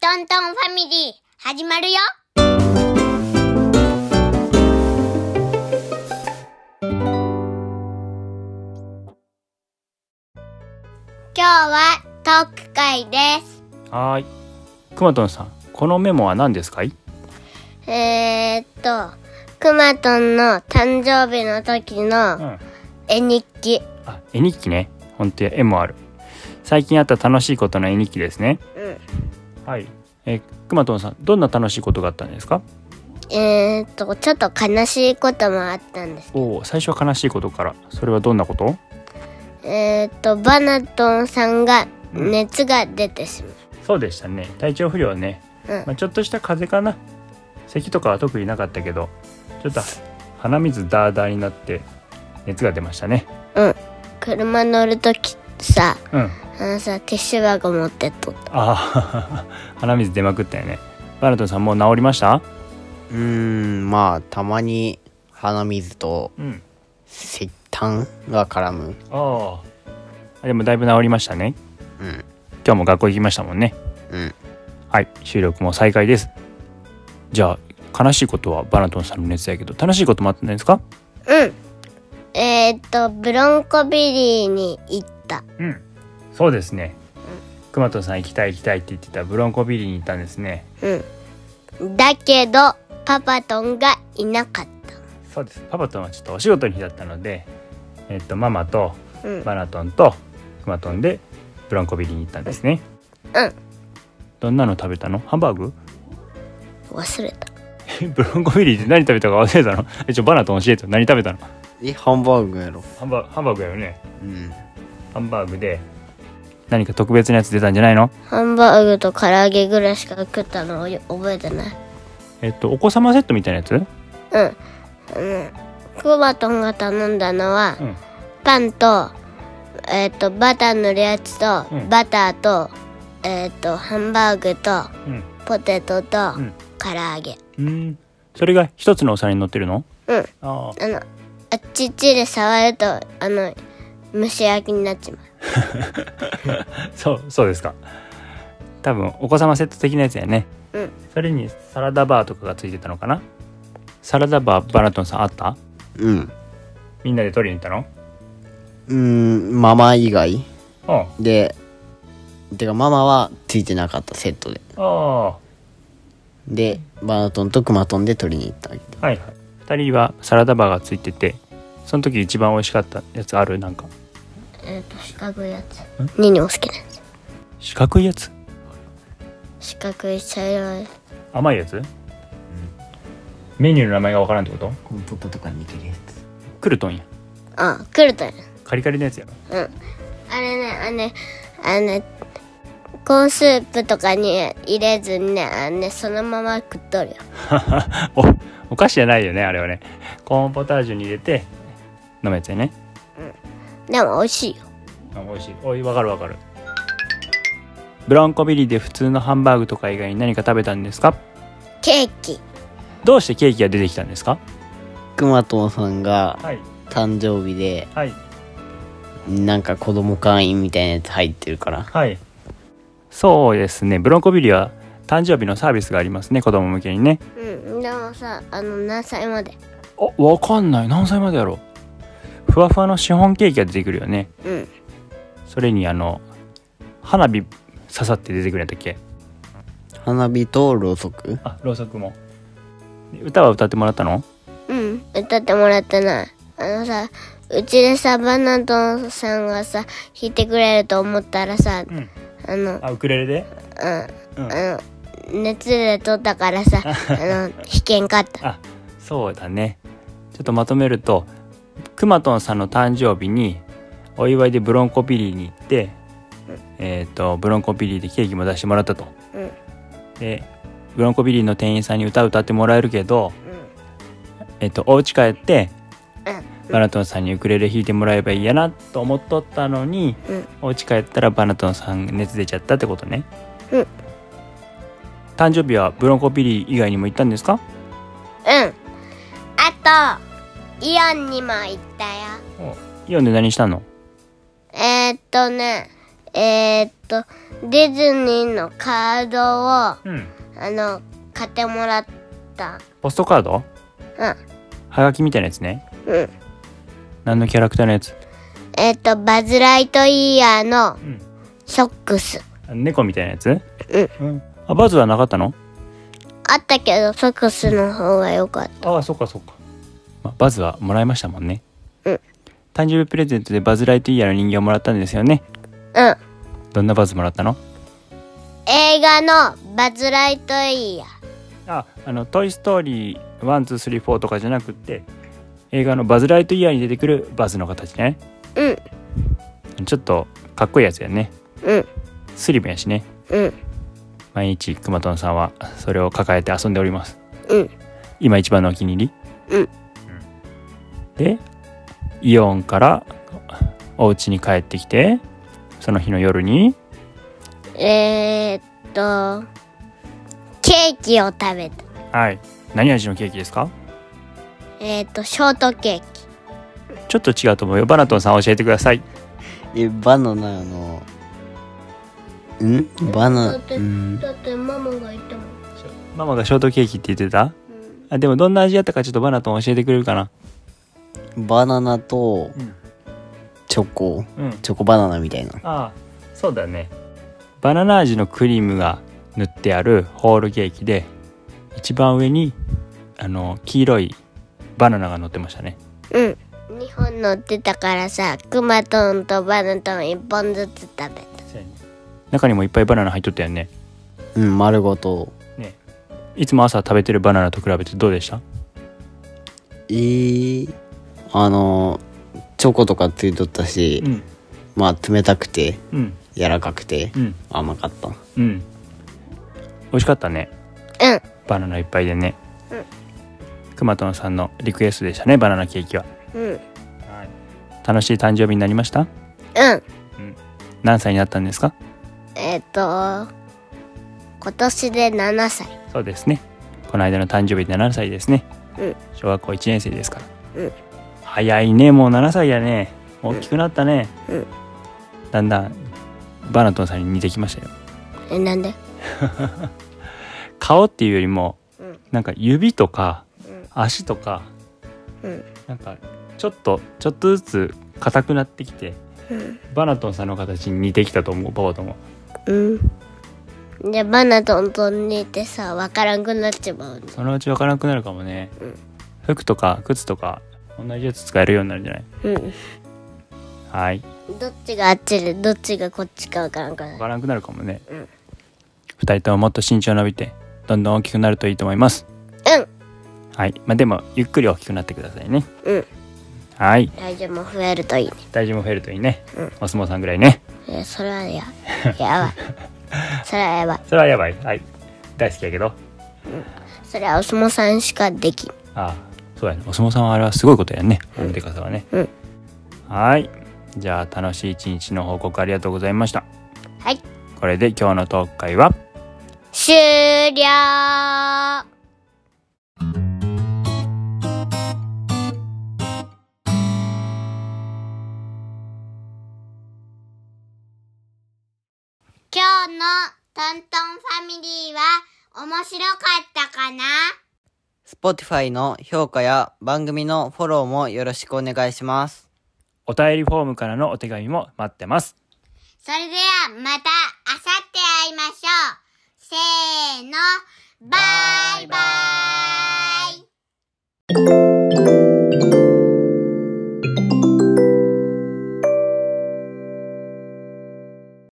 トントンファミリー、始まるよ今日はトーク会です。はーい。くまとんさん、このメモは何ですかいえー、っと、くまとんの誕生日の時のん。絵日記。あ、絵日記ね。ほんとや絵もある。最近あった楽しいことの絵日記ですね。うん。はい。えー、くまとんさん、どんな楽しいことがあったんですかえー、っと、ちょっと悲しいこともあったんです。おお、最初は悲しいことから。それはどんなことえー、っと、バナトンさんが熱が出てしまう。そうでしたね。体調不良ね。うんまあ、ちょっとした風邪かな。咳とかは特になかったけど、ちょっと鼻水ダーダーになって、熱が出ましたね。うん。車乗るときさ、うん。あのさ、ティッシュバッグ持ってっとった。ああ、 鼻水出まくったよね。バナトンさん、もう治りましたうーんまあたまに鼻水とうん。石炭が絡むああでもだいぶ治りましたねうん今日も学校行きましたもんねうんはい収録も再開ですじゃあ悲しいことはバナトンさんの熱やけど楽しいこともあったんですかうん。えー、っと、ブロンコビリーに行った。うんそうですねくまとんさん行きたい行きたいって言ってたブロンコビリーに行ったんですねうん。だけど、パパトンがいなかっそうですパパとはちょっとお仕事の日だったのでえっとママとた。うん。バナトンとくまとんでブロンコビリーに行ったんですねうん。どんなの食べたのハンバーグ忘れた。 ブロンコビリーって何食べたか忘れたのえちょバナトン教えて何食べたのえハンバーグやろハンバハンバーグやよねうんハンバーグで何か特別なやつ出たんじゃないのハンバーグと唐揚げぐらいしか食ったのを覚えてない。えっとお子様セットみたいなやつうんうん。うん。クマトンが頼んだのは、パンと、えー、っと、バター塗るやつと、うんバターと、えー、っと、ハンバーグと、うんポテトと、うん唐揚げ。うんそれが一つのお皿に乗ってるのうん。あああの、あっちっちで触ると、あの、蒸し焼きになっちまう。そうそうですか多分お子様セット的なやつやねうんそれにサラダバーとかがついてたのかなサラダバーバラトンさんあったうんみんなで取りに行ったのうーんママ以外あでてかママはついてなかったセットでああでバナトンとクマトンで取りに行ったわけあはいはい2人はサラダバーがついててその時一番美味しかったやつあるなんかえっ、と、四角いやつ。ニにお好きなやつ。四角いやつ四角い茶色い。甘いやつ、メニューの名前がわからんってことコンポートとかに似てるやクルトンやあ、クルトン。カリカリのやつやうん。あれね、あのね、あのね、コーンスープとかに入れずにね、あのね、そのまま食っとるよ。ろおお菓子じゃないよねあれはねコーンポタージュに入れて飲むやつやねでも美味しいよ。あ美味しいおいわかるわかるブロンコビリーで普通のハンバーグとか以外に何か食べたんですかケーキ。どうしてケーキが出てきたんですかつクマトンさんがはい誕生日ではいなんか子供会員みたいなやつ入ってるからはいそうですねブロンコビリーは誕生日のサービスがありますね子供向けにねうん。でもさ、あの、何歳まであわかんない何歳までやろうふわふわのシフォンケーキが出てくるよねうん。それにあの花火刺さって出てくるんだっけ花火とろうそくあろうそくもで歌は歌ってもらったのうん。歌ってもらってない。あのさ、うちでさ、バナトンさんがさ、弾いてくれると思ったらさ、んあの、あウクレレでううんん、あの、熱で取ったから さ、あの、弾けんかった。あそうだねちょっとまとめるとくまとんさんの誕生日にお祝いでブロンコビリーに行って、えっ、とブロンコビリーでケーキも出してもらったとうん。うん。でブロンコビリーの店員さんに歌歌ってもらえるけど、えっとお家帰ってバナトンさんにウクレレ弾いてもらえばいいやなと思っとったのに、うんお家帰ったらバナトンさん熱出ちゃったってことねうん誕生日はブロンコビリー以外にも行ったんですかうん。あと、イオンにも行ったよ。イオンで何したのえー、っとね、ええーっとディズニーのカードをあうんの買ってもらったポストカードはがきみたいなやつねうんうん何のキャラクターのやつえーっとバズ・ライトイヤーのうんソックスあ猫みたいなやつううんあバズはなかったのあったけどソックスの方が良かったああそっかそっか、まあ、バズはもらいましたもんねうん誕生日プレゼントでバズ・ライトイヤーの人形をもらったんですよねうんどんなバズもらったの映画のバズ・ライトイヤーああの「トイ・ストーリー1234」とかじゃなくって映画の「バズ・ライトイヤー」に出てくるバズの形ねうんちょっとかっこいいやつやねうんスリムやしねうん毎日くまとんさんはそれを抱えて遊んでおりますうん今一番のお気に入りうんでイオンからお家に帰ってきてその日の夜にえーっとケーキを食べたはい何味のケーキですかえーっとショートケーキちょっと違うと思うよバナトンさん教えてくださいえバナナのんバナうんだってママがいたもん、ママがショートケーキって言ってたあでもどんな味やったかちょっとバナトン教えてくれるかなバナナとうんチョコうんチョコバナナみたいなああそうだねバナナ味のクリームが塗ってあるホールケーキで一番上にあの黄色いバナナが乗ってましたねうん2本乗ってたからさクマトンとバナトン1本ずつ食べた中にもいっぱいバナナ入っとったよねうん丸ごといつも朝食べてるバナナと比べてどうでしたえー、あのチョコとかついとったし、んまあ冷たくてうん柔らかくてうん甘かったうん美味しかったねうんバナナいっぱいでねくまとんさんのリクエストでしたねバナナケーキはうんうん楽しい誕生日になりました何歳になったんですかえーっと今年で7歳そうですね。この間の誕生日7歳ですね。うん小学校1年生ですから。うん早いね、もう7歳やね。大きくなったね。うんうんだんだんバナトンさんに似てきましたよ。えなんで顔っていうよりも、うんなんか指とかうん足とか、うんなんかちょっとちょっとずつ硬くなってきて、うんバナトンさんの形に似てきたと思う、パパとも。うんでバナトンと似てさわからんくなっちまうのそのうちわからなくなるかもね。うん服とか靴とか同じやつ使えるようになるんじゃないうんはい。どっちがあっちでどっちがこっちかわからんくわなからなくなるかもね、二うん人とももっと身長伸びてどんどん大きくなるといいと思いまするはいまあでもゆっくり大きくなってくださいねうんうんはい体重も増えるといいね体重も増えるといいね、うんお相撲さんぐらいねえーそれは ややばいそれはやばいそれはやばいはい大好きやけどそれはお相撲さんしかできんああそうやねお相撲さんはあれはすごいことやねおめでかさはね、うんはいじゃあ楽しい一日の報告ありがとうございましたはいこれで今日のトーク会は終了今日のトントンファミリーは面白かったかな Spotify の評価や番組のフォローもよろしくお願いします。お便りフォームからのお手紙も待ってますそれではまたあさって会いましょう。せーの、バイバイ